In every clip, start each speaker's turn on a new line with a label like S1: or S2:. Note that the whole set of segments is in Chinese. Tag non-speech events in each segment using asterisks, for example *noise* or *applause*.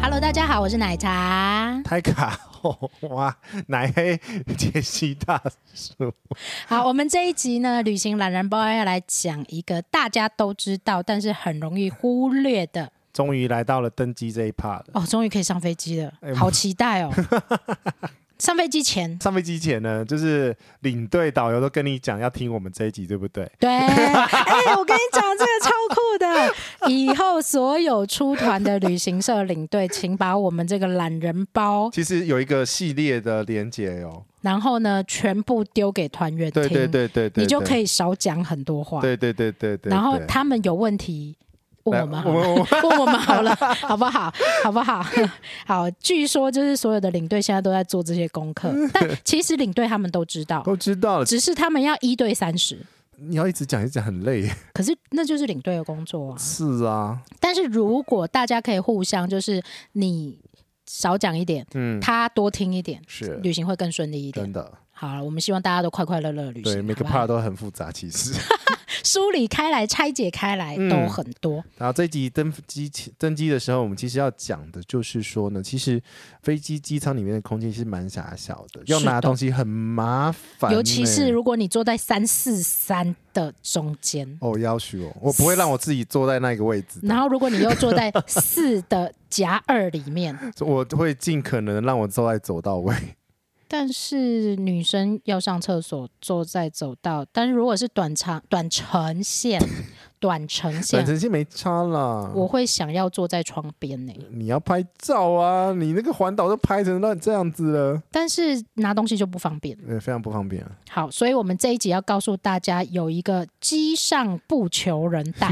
S1: Hello，大家好，我是奶茶。
S2: 太卡哦，哇，奶黑杰西大叔，
S1: 好，我们这一集呢，旅行懒人包要来讲一个大家都知道，但是很容易忽略
S2: *laughs*
S1: 的
S2: 终于来到了登机这一 part 了。
S1: 哦。终于可以上飞机了
S2: 哎，
S1: 好期待
S2: *laughs*
S1: 哦！上飞机前，
S2: 上飞机前呢，就是领队导游都跟你讲要听我们这一集，对不对？
S1: 对，哎、我跟你讲，这个超酷
S2: *laughs*
S1: 的。以后所有出团的旅行社领队，请把我们这个懒人包，
S2: 其实有一个系列的连结哦，
S1: 然后呢，全部丢给团员听，
S2: 对对对对对，
S1: 你就可
S2: 以，
S1: 以少讲很多话。
S2: 对对对对对，
S1: 然后
S2: 对
S1: 他们有问题问
S2: 来
S1: 我们好
S2: 我
S1: 了，
S2: 们
S1: *laughs*
S2: 我们
S1: 问我们好了，好不好？好不好？ *laughs* 好，据说就是所有的领队现在都在做这些功
S2: *laughs*
S1: 课，但其实领队他们都知道，
S2: 都知道了，
S1: 只是他们要一对三十，
S2: 你要一直讲一直讲很累，
S1: 可是那就是领队的工作啊。
S2: 是啊，
S1: 但是如果大家可以互相，就是你少讲一点，
S2: 嗯，
S1: 他多听一点，
S2: 是
S1: 旅行会更顺利一点
S2: 真。的，
S1: 好了，我们希望大家都快快乐乐地旅行，
S2: 对，每个
S1: 好不好
S2: part 都很复杂，其实。
S1: 梳理开来、拆解开来
S2: 嗯
S1: 都很多。
S2: 然后这一集登机前登机的时候，我们其实要讲的就是说呢，其实飞机机舱里面的空间是蛮狭小的，要
S1: 是的
S2: 拿东西很麻烦呢、欸
S1: 尤其是如果你坐在三四三的中间，
S2: 哦，要求哦，我不会让我自己坐在那个位置的，
S1: 然后如果你又坐在四的夹二里
S2: *laughs*
S1: 面，
S2: 我会尽可能让我坐在走道位。
S1: 但是女生要上厕所坐在走道，但是如果是短长短程
S2: *laughs*
S1: 线，短程
S2: 短
S1: 线，
S2: 程线没差啦，
S1: 啊我会想要坐在窗边欸呢、
S2: 你要拍照啊，你那个环岛都拍成乱这样子了，
S1: 但是拿东西就不方便。
S2: 呃，非常不方便、啊。
S1: 好，所以我们这一集要告诉大家有一个机上不求人
S2: *laughs*
S1: 带，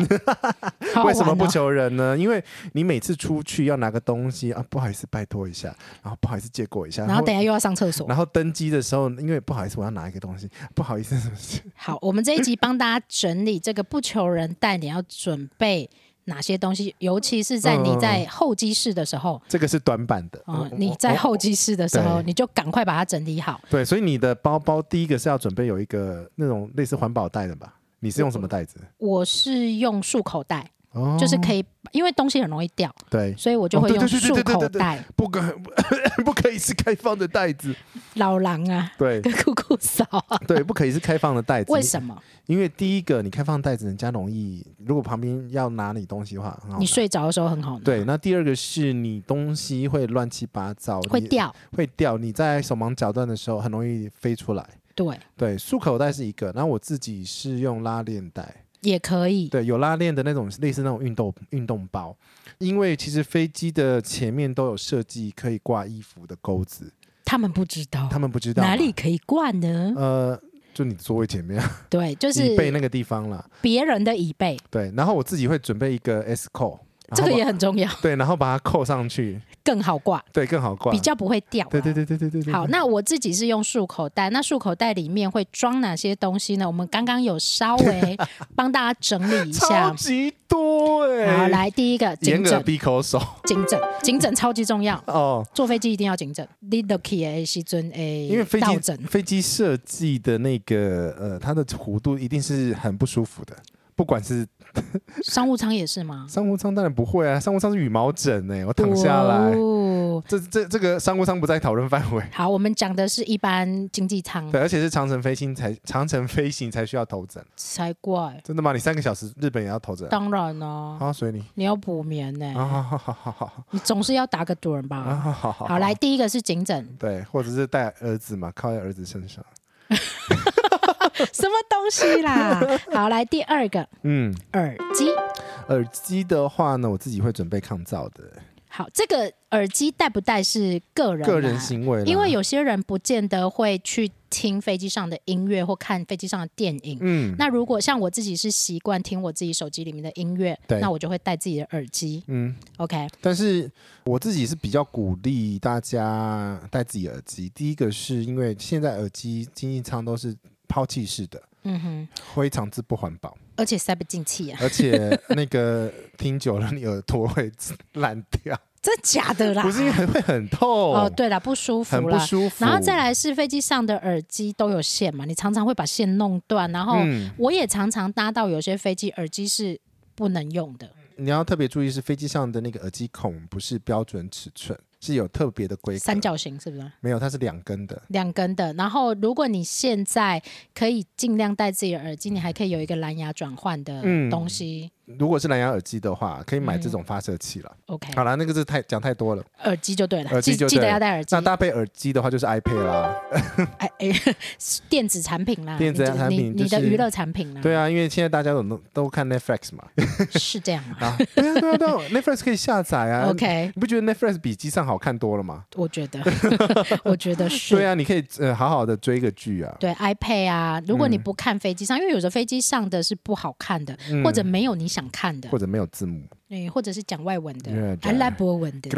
S1: 好好
S2: 为什么
S1: 玩
S2: 不
S1: 哦
S2: 求人呢？因为你每次出去要拿个东西啊，不好意思，拜托一下，然后不好意思借过一下，
S1: 然后等一下又要上厕所，
S2: 然后登机的时候，因为不好意思，我要拿一个东西，不好意思，什么事？
S1: 好，我们这一集帮大家整理这个不求人带，你要准备哪些东西，尤其是在
S2: 嗯
S1: 你在候机室的时候。
S2: 这个是短板的
S1: 啊、
S2: 我我
S1: 你在
S2: 我
S1: 候机室的时候，
S2: 哦对
S1: 你就赶快把它整理好。
S2: 对，所以你的包包第一个是要准备有一个那种类似环保袋的吧？你是用什么袋子？
S1: 我是用束口袋，
S2: 哦，
S1: 就是可以，因为东西很容易掉，
S2: 对，
S1: 所以我就
S2: 哦
S1: 会
S2: 对
S1: 用
S2: 对对对
S1: 束
S2: 对对
S1: 口
S2: 对
S1: 袋。
S2: 不可 *coughs* 不可以是开放的袋子，
S1: 老狼啊， *laughs*
S2: 对
S1: 跟酷酷嫂啊，
S2: 对，不可以是开放的袋子。
S1: 为什么？
S2: 因为第一个，你开放袋子，人家容易，如果旁边要拿你东西的话，很好
S1: 你
S2: 拿
S1: 睡着的时候很好拿，
S2: 对。那第二个是你东西会乱七八糟，
S1: 会
S2: 你
S1: 掉。
S2: 会掉，你在手忙脚乱的时候很容易飞出来。
S1: 对，
S2: 对，束口袋是一个，然后我自己是用拉链袋，
S1: 也可以。
S2: 对，有拉链的那种，类似那种运动运动包，因为其实飞机的前面都有设计可以挂衣服的钩子，
S1: 他们不知道
S2: 他们不知道
S1: 哪
S2: 嘛
S1: 里？可以灌呢？
S2: 呃，就你座位前面啊，
S1: 对，嗯就是
S2: 椅背那个地方啦，
S1: 别人的椅背，
S2: 对，然后我自己会准备一个 S 扣，然
S1: 这
S2: 后
S1: 个
S2: 把
S1: 也很重要，
S2: 对，然后把它扣上去，
S1: 更好挂。
S2: 对，更好挂，
S1: 比较不会掉、啊
S2: 对对。对对对对对，
S1: 好，那我自己是用束口袋，那束口袋里面会装哪些东西呢？我们刚刚有稍
S2: *laughs*
S1: 微帮大家整理一
S2: 超
S1: 下。
S2: 级多哎、
S1: 好，来第一个
S2: 眼
S1: 颈
S2: 耳
S1: 枕，
S2: 鼻
S1: *laughs*
S2: 口手
S1: 颈枕，颈枕超级重要，
S2: 哦，
S1: 坐飞机一定要颈枕。你的 key 诶，西尊诶，
S2: 因为飞
S1: 倒
S2: 机
S1: 枕
S2: 飞机设计的那个呃，它的弧度一定是很不舒服的。不管是
S1: 商务舱也是吗？
S2: 商务舱，当然不会啊，商务舱是羽毛枕欸呢、我躺下来。
S1: 哦
S2: 这这这个商务舱不在讨论范围，
S1: 好，我们讲的是一般经济舱，
S2: 对，而且是长程飞行才长程飞行才需要头枕，
S1: 才怪。
S2: 真的吗？你三个小时日本也要啊头枕？
S1: 当然啦、
S2: 好，啊随你。
S1: 你要补眠呢、
S2: 啊，好好好好好
S1: 你总是要打个盹儿吧。
S2: 啊，好好好
S1: 好，来，第一个是颈枕，
S2: 对，或者是带儿子嘛，靠在儿子身上。
S1: 什么东西啦？ *laughs* 好，来第二个
S2: 嗯，
S1: 耳机。
S2: 耳机的话呢，我自己会准备抗噪的，
S1: 好，这个耳机戴不戴是个人啦啊
S2: 个人，行为啦。
S1: 因为有些人不见得会去听飞机上的音乐或看飞机上的电影。
S2: 嗯
S1: 那如果像我自己是习惯听我自己手机里面的音乐，
S2: 对
S1: 那我就会戴自己的耳机。
S2: 嗯，
S1: OK，
S2: 但是我自己是比较鼓励大家戴自己的耳机。第一个是因为现在耳机经济舱都是抛弃式的，
S1: 嗯哼， *laughs*
S2: 非常之不环保。
S1: 而且塞不进气啊，
S2: 而且那个听久了，你耳朵会 *laughs* 烂掉，
S1: 真假的啦？
S2: 不是因为会很痛
S1: 啊哦，，对啦，不舒服
S2: 很不
S1: 啦。
S2: 舒服。
S1: 然后再来是飞机上的耳机都有线嘛，你常常会把线弄断，然后
S2: 嗯，
S1: 我也常常搭到有些飞机耳机是不能用的，
S2: 你要特别注意是飞机上的那个耳机孔不是标准尺寸，是有特别的规格。
S1: 三角形是不是？
S2: 没有，它是两根的。
S1: 两根的。然后如果你现在可以尽量戴自己的耳机，你还可以有一个蓝牙转换的
S2: 嗯
S1: 东西。
S2: 如果是蓝牙耳机的话，可以买这种发射器了。
S1: OK，
S2: 好了，那个是太讲太多了。
S1: 嗯耳机就对了，
S2: 耳机
S1: 记
S2: 就
S1: 记得
S2: 对
S1: 要戴耳机
S2: 那。搭配耳机的话，就是 iPad 啦。
S1: 哎哎，电子产品啦，
S2: 电子
S1: 你这
S2: 产品
S1: 你
S2: 就
S1: 你的
S2: 是
S1: 娱乐产品啦，
S2: 对啊，因为现在大家都都看 Netflix 嘛。 *laughs*
S1: 是这样啊。
S2: 啊，对啊，对啊，对啊，Netflix 可以下载啊。
S1: OK，
S2: 你不觉得 Netflix 比机上好看多了吗？
S1: 我觉
S2: *laughs*
S1: 得，我觉得是。
S2: 对啊，你可以呃好好的追个剧啊，
S1: 对 iPad 啊，如果你
S2: 嗯
S1: 不看飞机上，因为有的飞机上的是不好看的，
S2: 嗯
S1: 或者没有你想看的
S2: 或，者没有字幕。
S1: 对，或者是讲外文的
S2: 对、
S1: 阿拉伯文的，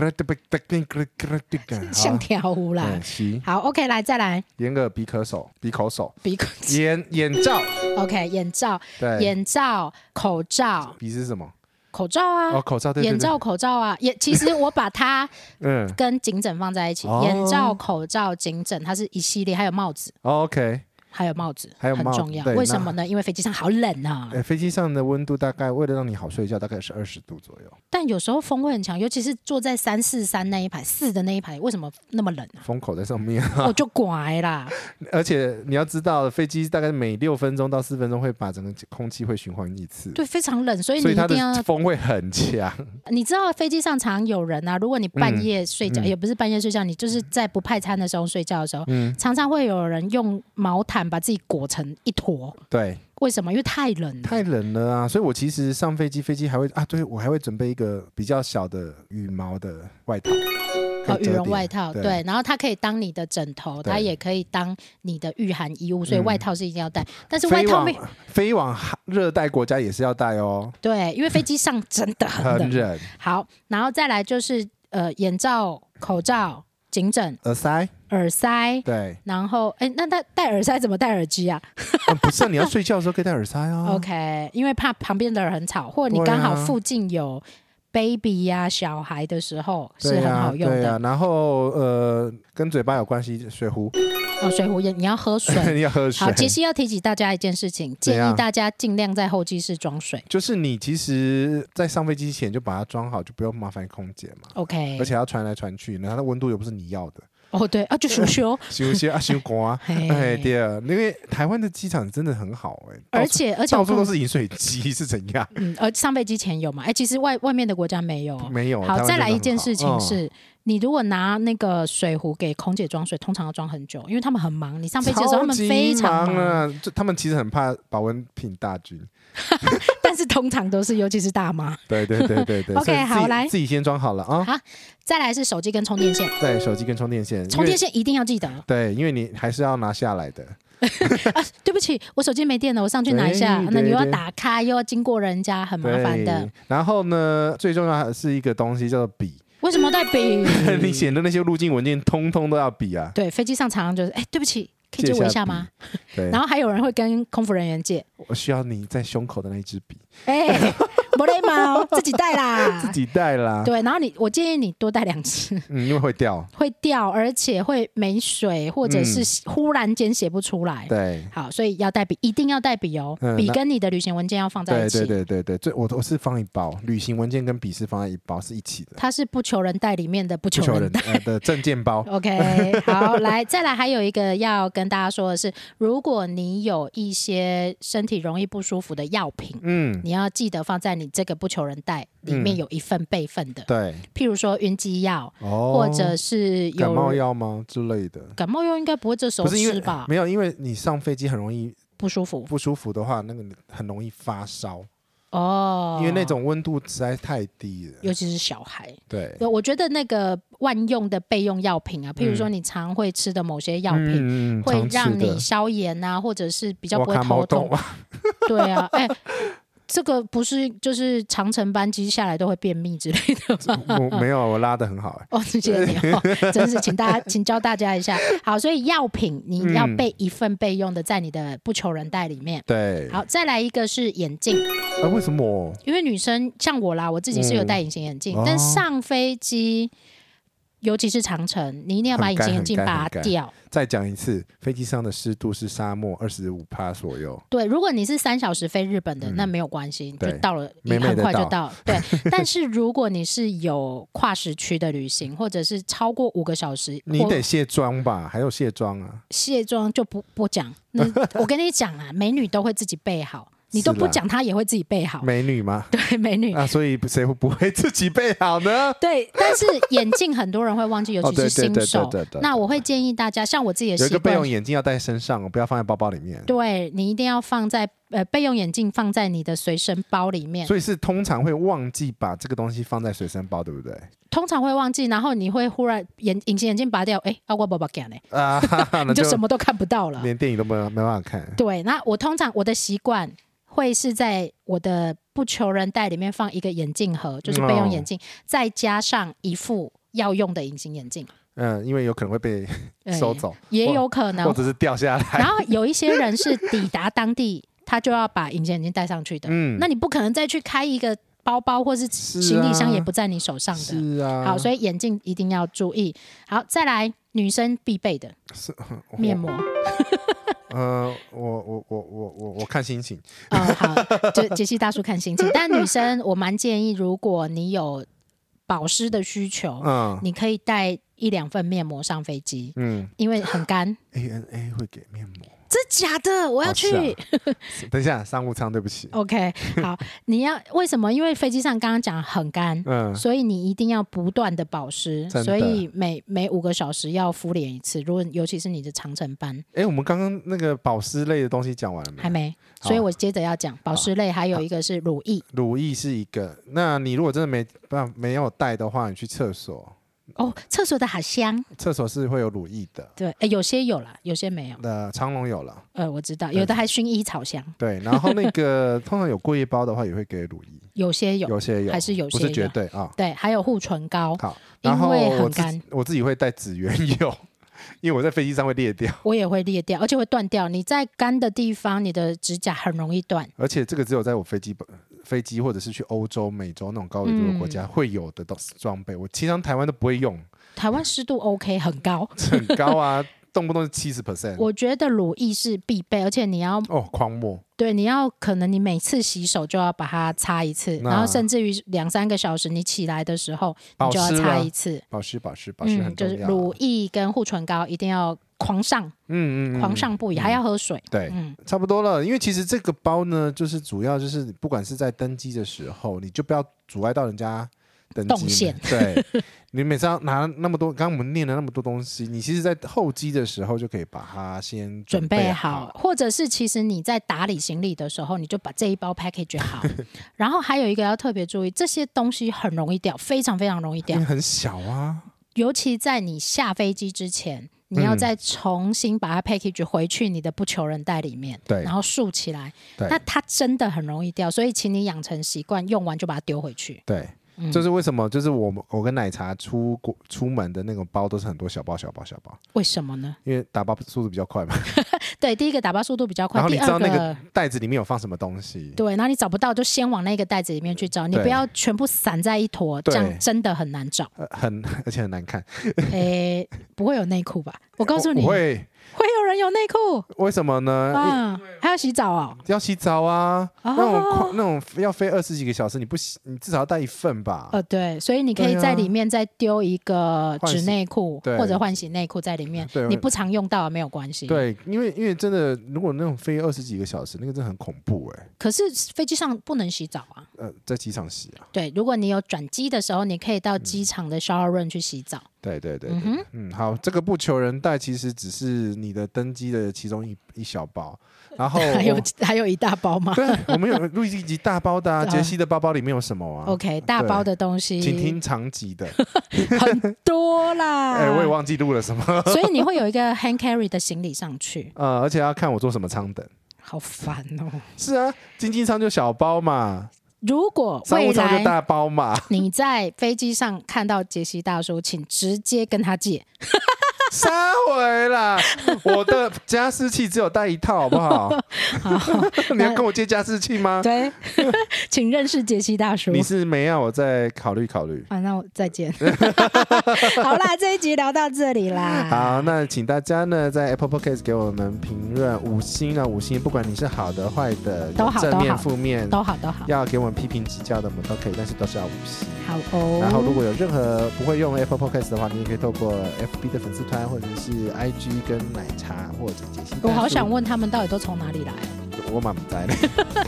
S1: 像
S2: 像
S1: 跳舞啦
S2: 嗯，。吸
S1: 好，OK，来再来
S2: 严格鼻咳手，鼻口手，
S1: 鼻孔
S2: 眼眼罩，
S1: ，OK，眼罩、
S2: 对，
S1: 眼罩、口罩、
S2: 鼻是什么？
S1: 口罩啊，
S2: 哦，口罩，对，对
S1: 眼，罩、口罩啊，眼其实我把它
S2: 对嗯
S1: 跟颈枕放在一起，
S2: 哦
S1: 眼罩、口罩、颈枕，它是一系列，还有帽子，
S2: 哦，OK，
S1: 还有帽子，
S2: 还有
S1: 很
S2: 帽子
S1: 重要。
S2: 对
S1: 为什么呢？因为飞机上好冷啊，
S2: 呃，飞机上的温度大概为了让你好睡觉，大概是二十度左右，
S1: 但有时候风会很强，尤其是坐在三四三那一排四的那一排，为什么那么冷啊？
S2: 风口在上面， *laughs*
S1: 我就拐啦，
S2: 而且你要知道，飞机大概每六分钟到四分钟会把整个空气会循环一次，
S1: 对，非常冷，所以
S2: 所
S1: 你
S2: 以
S1: 一
S2: 它
S1: 定要
S2: 的，风会很强。
S1: 你知道飞机上常有人啊，如果你半夜睡觉，
S2: 嗯
S1: 也不是半夜睡觉，你就是在不派餐的时候睡觉的时候，
S2: 嗯，
S1: 常常会有人用毛毯把自己裹成一坨，
S2: *laughs* 对，
S1: 为什么？因为太冷了。
S2: 太冷了啊！所以我其实上飞机，飞机还会啊，对我还会准备一个比较小的羽毛的外套，可以
S1: 哦，羽
S2: 折
S1: 绒
S2: 叠
S1: 外套，对，然后它可以当你的枕头，
S2: 对
S1: 它也可以当你的御寒衣物，所以
S2: 嗯
S1: 外套是一定要带。但是外
S2: 飞
S1: 套
S2: 往
S1: 没
S2: 飞往哈热带国家也是要带哦，
S1: 对，因为飞机上真的很冷
S2: *laughs* 很。冷。
S1: 好，然后再来就是呃，眼罩、口罩、颈枕、
S2: 耳塞，
S1: 耳塞，
S2: 对，
S1: *laughs* 然后哎，那戴戴耳塞怎么戴耳机啊、
S2: 啊不是啊、你要睡觉的时候可以戴耳塞
S1: *laughs*
S2: 啊。
S1: o k 因为怕旁边的人很吵，或者你
S2: 对
S1: 刚好
S2: 啊
S1: 附近有 baby 呀、小孩的时候是
S2: 对
S1: 很
S2: 啊
S1: 好用
S2: 对
S1: 的。
S2: 啊，然后呃，跟嘴巴有关系，水壶
S1: 哦，水壶也你要喝
S2: *laughs*
S1: 水。
S2: 你要喝啊水啊
S1: 好，。杰西要提醒大家一件事情，
S2: 怎
S1: 建
S2: 样
S1: 议大家尽量在候机室装水。
S2: 就是你其实，在上飞机前就把它装好，就不用麻烦空姐嘛。
S1: OK，
S2: 而且要传来传去，然后它温度又不是你
S1: *laughs*
S2: 要的，
S1: 哦对啊，就羞羞，
S2: 休息啊，休光啊。
S1: 嘿
S2: *laughs* 哎，对啊，因为台湾的机场真的很好哎、
S1: 而
S2: 到处
S1: 且而且
S2: 到
S1: 我
S2: 处都
S1: 跟
S2: 是饮水机，是怎样？
S1: 嗯，而上飞机前有嘛？哎，其实外外面的国家没有哦，
S2: 没有。台湾
S1: 好，
S2: 真的
S1: 再来一
S2: 很
S1: 件
S2: 好嗯哦
S1: 事情，是，你如果拿那个水壶给空姐装水，通常要装很久，因为他们很忙。你上
S2: 嗯
S1: 飞机的时候，他们
S2: 超级
S1: 非常
S2: 忙啊，就他们其实很怕保温品大军。
S1: 但是通常都是，尤其是大妈。
S2: *laughs* 对对对对对。
S1: OK，
S2: 所以自己
S1: 好来
S2: 自己先装好了啊
S1: 好。再来是手机跟充电线，
S2: 对，手机跟充电线，
S1: 充电
S2: 线。
S1: 线一定要记得。
S2: 对，因为你还是要拿下来的。
S1: 对不起，我手机没电了，我上去拿一下
S2: 对，
S1: 那你又要
S2: 对
S1: 打开，又要经过人家，很麻烦的
S2: 对。。然后呢，最重要的是一个东西叫做笔，？
S1: 为什么带笔
S2: *laughs* 你写的那些入境文件通通都要笔啊。
S1: 对飞机上常常就是，哎，对不起，可以借
S2: 借
S1: 我一
S2: 下
S1: 下
S2: 笔
S1: 吗？
S2: 对
S1: 然，后还有人会跟空服人员借，
S2: 我需要你在胸口的那一支笔， *laughs*
S1: 哎，不累吗？自己带啦，
S2: 自己带
S1: *laughs*
S2: 啦。
S1: 对，然后你，我建议你多带两支，
S2: 嗯，因为会掉。
S1: 会掉，而且会没水，或者是忽然间写不出来。
S2: 嗯对。
S1: 好，所以要带笔，一定要带笔哦，
S2: 嗯
S1: 笔
S2: 那
S1: 跟你的旅行文件要放在
S2: 对
S1: 一起。
S2: 对对对对，最我我是放一包，旅行文件跟笔是放在一包，是一起的。
S1: 它是不求人带里面的不
S2: 不
S1: 求
S2: 求
S1: 人
S2: 人
S1: 带。，
S2: 呃的证件包
S1: OK，好，来，再来，还有一个要跟大家说的是，如果你有一些身体容易不舒服的药品，
S2: 嗯，
S1: 你要记得放在你这个不求人袋里面
S2: 嗯
S1: 有一份备份的，
S2: 对，
S1: 譬如说晕机药，
S2: 哦，
S1: 或者是有
S2: 感冒药吗之类的？
S1: 感冒药应该不会这时候
S2: 不是因
S1: 吃
S2: 为
S1: 吧？
S2: 没有，因为你上飞机很容易
S1: 不舒服
S2: 不舒服的话，那个你很容易发烧，
S1: 哦，
S2: 因为那，种温度实在太低了。
S1: 尤其是小孩。
S2: 对，
S1: 对，我觉得那个万用的备用药品啊，譬如说你常会吃的某些药品，
S2: 嗯
S1: 会让
S2: 常吃
S1: *laughs*
S2: 的
S1: 你消炎啊，或者是比较不会
S2: 哇卡毛
S1: 头
S2: 豆
S1: 痛。对啊，哎、这个不是就是长城班机下来都会便秘之类的吗？ *laughs*
S2: *laughs* 我没有，我拉的很好、欸。
S1: 哦，谢谢你哦，真是请大家请教大家
S2: *laughs*
S1: 一下。好，所以药品你
S2: 嗯
S1: 要备一份备用的，在你的不求人袋里面。
S2: 对，
S1: 好，再来一个是眼镜，
S2: 啊，为什么？
S1: 因为女生像我啦，我自己是有戴隐形眼镜，
S2: 嗯
S1: 但
S2: 哦
S1: 上飞机，尤其是长城，你一定要把
S2: 很
S1: 隐
S2: 干
S1: 形眼镜
S2: 很干
S1: 拔
S2: 很干
S1: 掉。
S2: 再讲一次，飞机上的湿度是沙漠二十五帕左右。
S1: 对，如果你是三小时飞日本的，
S2: 嗯
S1: 那没有关系，就
S2: 对
S1: 到了，
S2: 美美
S1: 很
S2: 地
S1: 快就
S2: 到
S1: 到。
S2: *laughs*
S1: 对，但是如果你是有跨时区的旅行，或者是超过五个小时，
S2: 你
S1: 或
S2: 得卸妆吧？还有卸妆啊？
S1: 卸妆就不不
S2: *laughs*
S1: 讲。那我跟你讲啊，美女都会自己备好，你都
S2: 是
S1: 不
S2: 啦
S1: 讲，她也会自己备好。
S2: 美女吗？
S1: 对，美女。
S2: 啊，所以谁会不会自己备好
S1: *laughs*
S2: 呢？
S1: 对，但是眼镜很多人会忘记，尤
S2: 哦
S1: 其
S2: 对
S1: 是
S2: 对
S1: 新
S2: 对对
S1: 手
S2: 对对。对
S1: 那我会建议大家，像我自己的
S2: 有一
S1: 习
S2: 个备
S1: 惯
S2: 用，眼镜要戴在身上，哦不要放在包包里面。
S1: 对你一定要放在呃备用眼镜放在你的随身包里面。
S2: 所以是通常会忘记把这个东西放在随身包，
S1: *laughs*
S2: 对不对？
S1: 通常会忘记，然后你会忽然眼隐形眼镜拔掉，哎、啊我爸爸干嘞，
S2: 啊，哈哈
S1: 你
S2: 那
S1: 就
S2: 就
S1: 什么都看不到了。
S2: 连电影都没有没办法看。
S1: 对，那我通常我的习惯会是在我的不求人袋里面放一个眼镜盒，就是备
S2: 哦
S1: 用眼镜，再加上一副要用的隐形眼镜，
S2: 嗯，因为有可能会被
S1: 哎
S2: 收走，
S1: 也
S2: 或
S1: 有可
S2: 或
S1: 能。
S2: 者是掉下来。
S1: 然后有一些人是抵达当地，他就要把隐形眼镜戴上去的，
S2: 嗯
S1: 那，你不可能再去开一个包包或是
S2: 是
S1: 行李箱，
S2: 啊
S1: 也不在你手上的。
S2: 是啊，
S1: 好，所
S2: 以
S1: 以眼镜一定要注意。好，再来女生必备的面膜。
S2: 呃，我我我我我我看心情，
S1: 哦，好， *laughs* 就杰西大叔看心情。但女生，我蛮建议，如果你有保湿的需求，
S2: 嗯
S1: 你可以带一两份面膜上飞机，
S2: 嗯
S1: 因为很干。
S2: ，A N A 会给面膜。
S1: *laughs* 真假的？我要
S2: 哦
S1: 去。
S2: 是啊等一下，商务舱，对不起。
S1: OK，好，你要为什么？因为飞机上刚刚讲很干。
S2: 嗯，
S1: 所以你一定要不断的保湿，
S2: 真的
S1: 所以每每五个小时要敷脸一次。如果尤其是你的长城斑
S2: 哎，我们刚刚那个保湿类的东西讲完了没
S1: 还？没，
S2: 嗯好
S1: 所以我接着要讲保湿类，还有一个是乳液
S2: 乳液是一个，那你如果真的没办没有带的话，你去厕所，
S1: 哦，厕所的好香。
S2: 厕所是会有乳液的。
S1: 对，诶有些有啦，有些没有。
S2: 那长隆有了，
S1: 呃，我知道，
S2: 对
S1: 有的还薰衣草香，
S2: 对，然后那个通常有过夜包的话，也会给乳液，
S1: 有些有，
S2: 有些有，
S1: 还是有
S2: 不
S1: 些
S2: 是绝
S1: 有
S2: 对啊。
S1: 对，还有护唇膏，
S2: 好，
S1: 因
S2: 然后
S1: 为
S2: 我
S1: 很
S2: 自
S1: 干，
S2: 我自己会带紫圆油，因为我在飞机上会裂掉，
S1: 我也会裂掉，而且会断掉。你在干的地方，你的指甲很容易断。
S2: 而且这个只有在我飞机飞机或者是去欧洲、美洲那种高纬度的国
S1: 嗯
S2: 家会有的东装备，我其实台湾都不会用，
S1: 台湾湿度 OK 很高，
S2: 很高啊，动不动是七十 percent，
S1: 我觉得乳液是必备，而且你要
S2: 哦，狂魔，
S1: 对，你要可能你每次洗手就要把它擦一次，
S2: 那
S1: 然后甚至于两三个小时你起来的时候，你
S2: 保
S1: 就要
S2: 湿
S1: 擦
S2: 啊
S1: 一次。
S2: 保湿、保湿、保湿
S1: 嗯，
S2: 很
S1: 就
S2: 重
S1: 是
S2: 要啊。
S1: 乳液跟护唇膏一定要狂上，
S2: 嗯，嗯嗯嗯，
S1: 狂上不已，还要喝水。
S2: 对，
S1: 嗯，
S2: 差不多了。因为其实这个包呢，就是主要就是不管是在登机的时候，你就不要阻碍到人家登机。
S1: 动线
S2: 对， *laughs* 你每次要拿那么多，刚刚我们念了那么多东西，你其实，在后机的时候就可以把它先
S1: 准备
S2: 备
S1: 好，。或者是其实你在打理行李的时候，你就把这一包 package
S2: *laughs*
S1: 好。然后还有一个要特别注意，这些东西很容易掉，非常非常容易
S2: 因
S1: 掉
S2: 为，很小啊，
S1: 尤其在你下飞机之前，你要
S2: 嗯
S1: 再重新把它 package 回去你的不求人袋里面，
S2: 对
S1: 然后竖起来。
S2: 对
S1: 那它真的很容易掉，所以请你养成习惯，用完就把它丢回去。
S2: 对，
S1: 嗯，
S2: 就是为什么，就是我们我跟奶茶出国出门的那种包都是很多小包、小包、小包，
S1: 为什么呢？
S2: 因为打包速度比较快嘛。 *laughs*
S1: 对，第一个打包速度比较快
S2: 然，后
S1: 第
S2: 你知
S1: 二
S2: 道那
S1: 个
S2: 个。袋子里面有放什么东西，
S1: 对，然后你找不到就先往那个袋子里面去找，你
S2: 对
S1: 不要全部散在一坨，这
S2: 对
S1: 样真的很难
S2: *laughs*
S1: 找。
S2: 呃很而且很难看。
S1: 诶，不会有内裤吧？我告诉你，
S2: 我
S1: 会
S2: 会呃
S1: 有人有内裤
S2: 为什么呢？
S1: 啊，还要洗澡哦。
S2: 要洗澡啊，
S1: 哦
S2: 那种快那种要飞二十几个小时，你不洗，你至少要带一份吧？
S1: 呃，对，所以你可以
S2: 对啊
S1: 在里面再丢一个
S2: 换
S1: 纸
S2: 洗
S1: 内裤
S2: 对
S1: 或者换洗内裤在里面
S2: 对，
S1: 你不常用到没有关系。，
S2: 对，因为因为真的，如果那种飞二十几个小时，那个真的很恐怖哎、
S1: 可是飞机上不能洗澡啊。
S2: 呃，在机场洗啊，
S1: 对，如果你有转机的时候，你可以到机场的 shower room 去洗澡。
S2: 对对嗯
S1: 嗯
S2: 对对
S1: 哼
S2: 嗯，好，这个不求人带其实只是你的登机的其中一一小包，然后
S1: *laughs* 还有
S2: 我
S1: 还有一大包吗？
S2: 对，我们有录一集大包的、啊，
S1: *laughs* 对啊
S2: 杰西的包包里面有什么啊
S1: OK，大包的东西，
S2: 请听长
S1: *laughs*
S2: 集的，
S1: 很多啦。
S2: *laughs* 哎、我也忘记录了什么， *laughs*
S1: 所以你会有一个 hand carry 的行李上去，
S2: 呃，而且要看我坐什么舱等，
S1: 好烦哦。
S2: 是啊，经济舱就小包嘛，
S1: 如果
S2: 商
S1: 未
S2: 务舱就
S1: 来
S2: 大
S1: *laughs*
S2: 包嘛，
S1: 你在飞机上看到杰西大叔，请直接跟他借。
S2: 杀回啦！我的加湿器只有带一套，好不
S1: *laughs*
S2: 好？你要跟我借加湿器吗？
S1: 对， *laughs* 请认识杰西大叔。
S2: 你是没要，我再考虑考虑。
S1: 啊，那我再
S2: *laughs*
S1: 见。 *laughs* 好啦，这一集聊到这里啦。
S2: 好，那请大家呢在 Apple Podcast 给我们评论五星啊，五星，不管你是好的、坏的，
S1: 都好
S2: 有正
S1: 都
S2: 面、
S1: 好
S2: 负面，
S1: 都好，都好，
S2: 要给我们批评指教的，我们都可以，但是都是要五星。
S1: 好哦。
S2: 然后，如果有任何不会用 Apple Podcast 的话，你也可以透过 FB 的粉丝团，或者是 IG 跟奶茶，或者解析。
S1: 我好想，问他们到底都从哪里来？
S2: 我满在呢。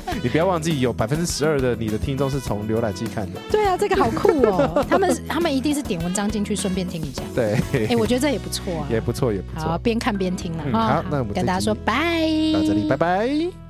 S2: *laughs* 你不要忘记，有百分之十二的你的听众是从浏览器看的。
S1: 对啊，这个好酷哦。 *laughs* 他们他们一定是点文章进去，顺便听
S2: *laughs*
S1: 一下。
S2: 对，
S1: 哎，我觉得这也不错啊。
S2: 也不错，也不
S1: 好，
S2: 错。
S1: 边看边听了
S2: 嗯
S1: 啊。
S2: 好那我们
S1: 跟
S2: 这
S1: 大家
S2: 集
S1: 说拜，
S2: 到这里，拜拜。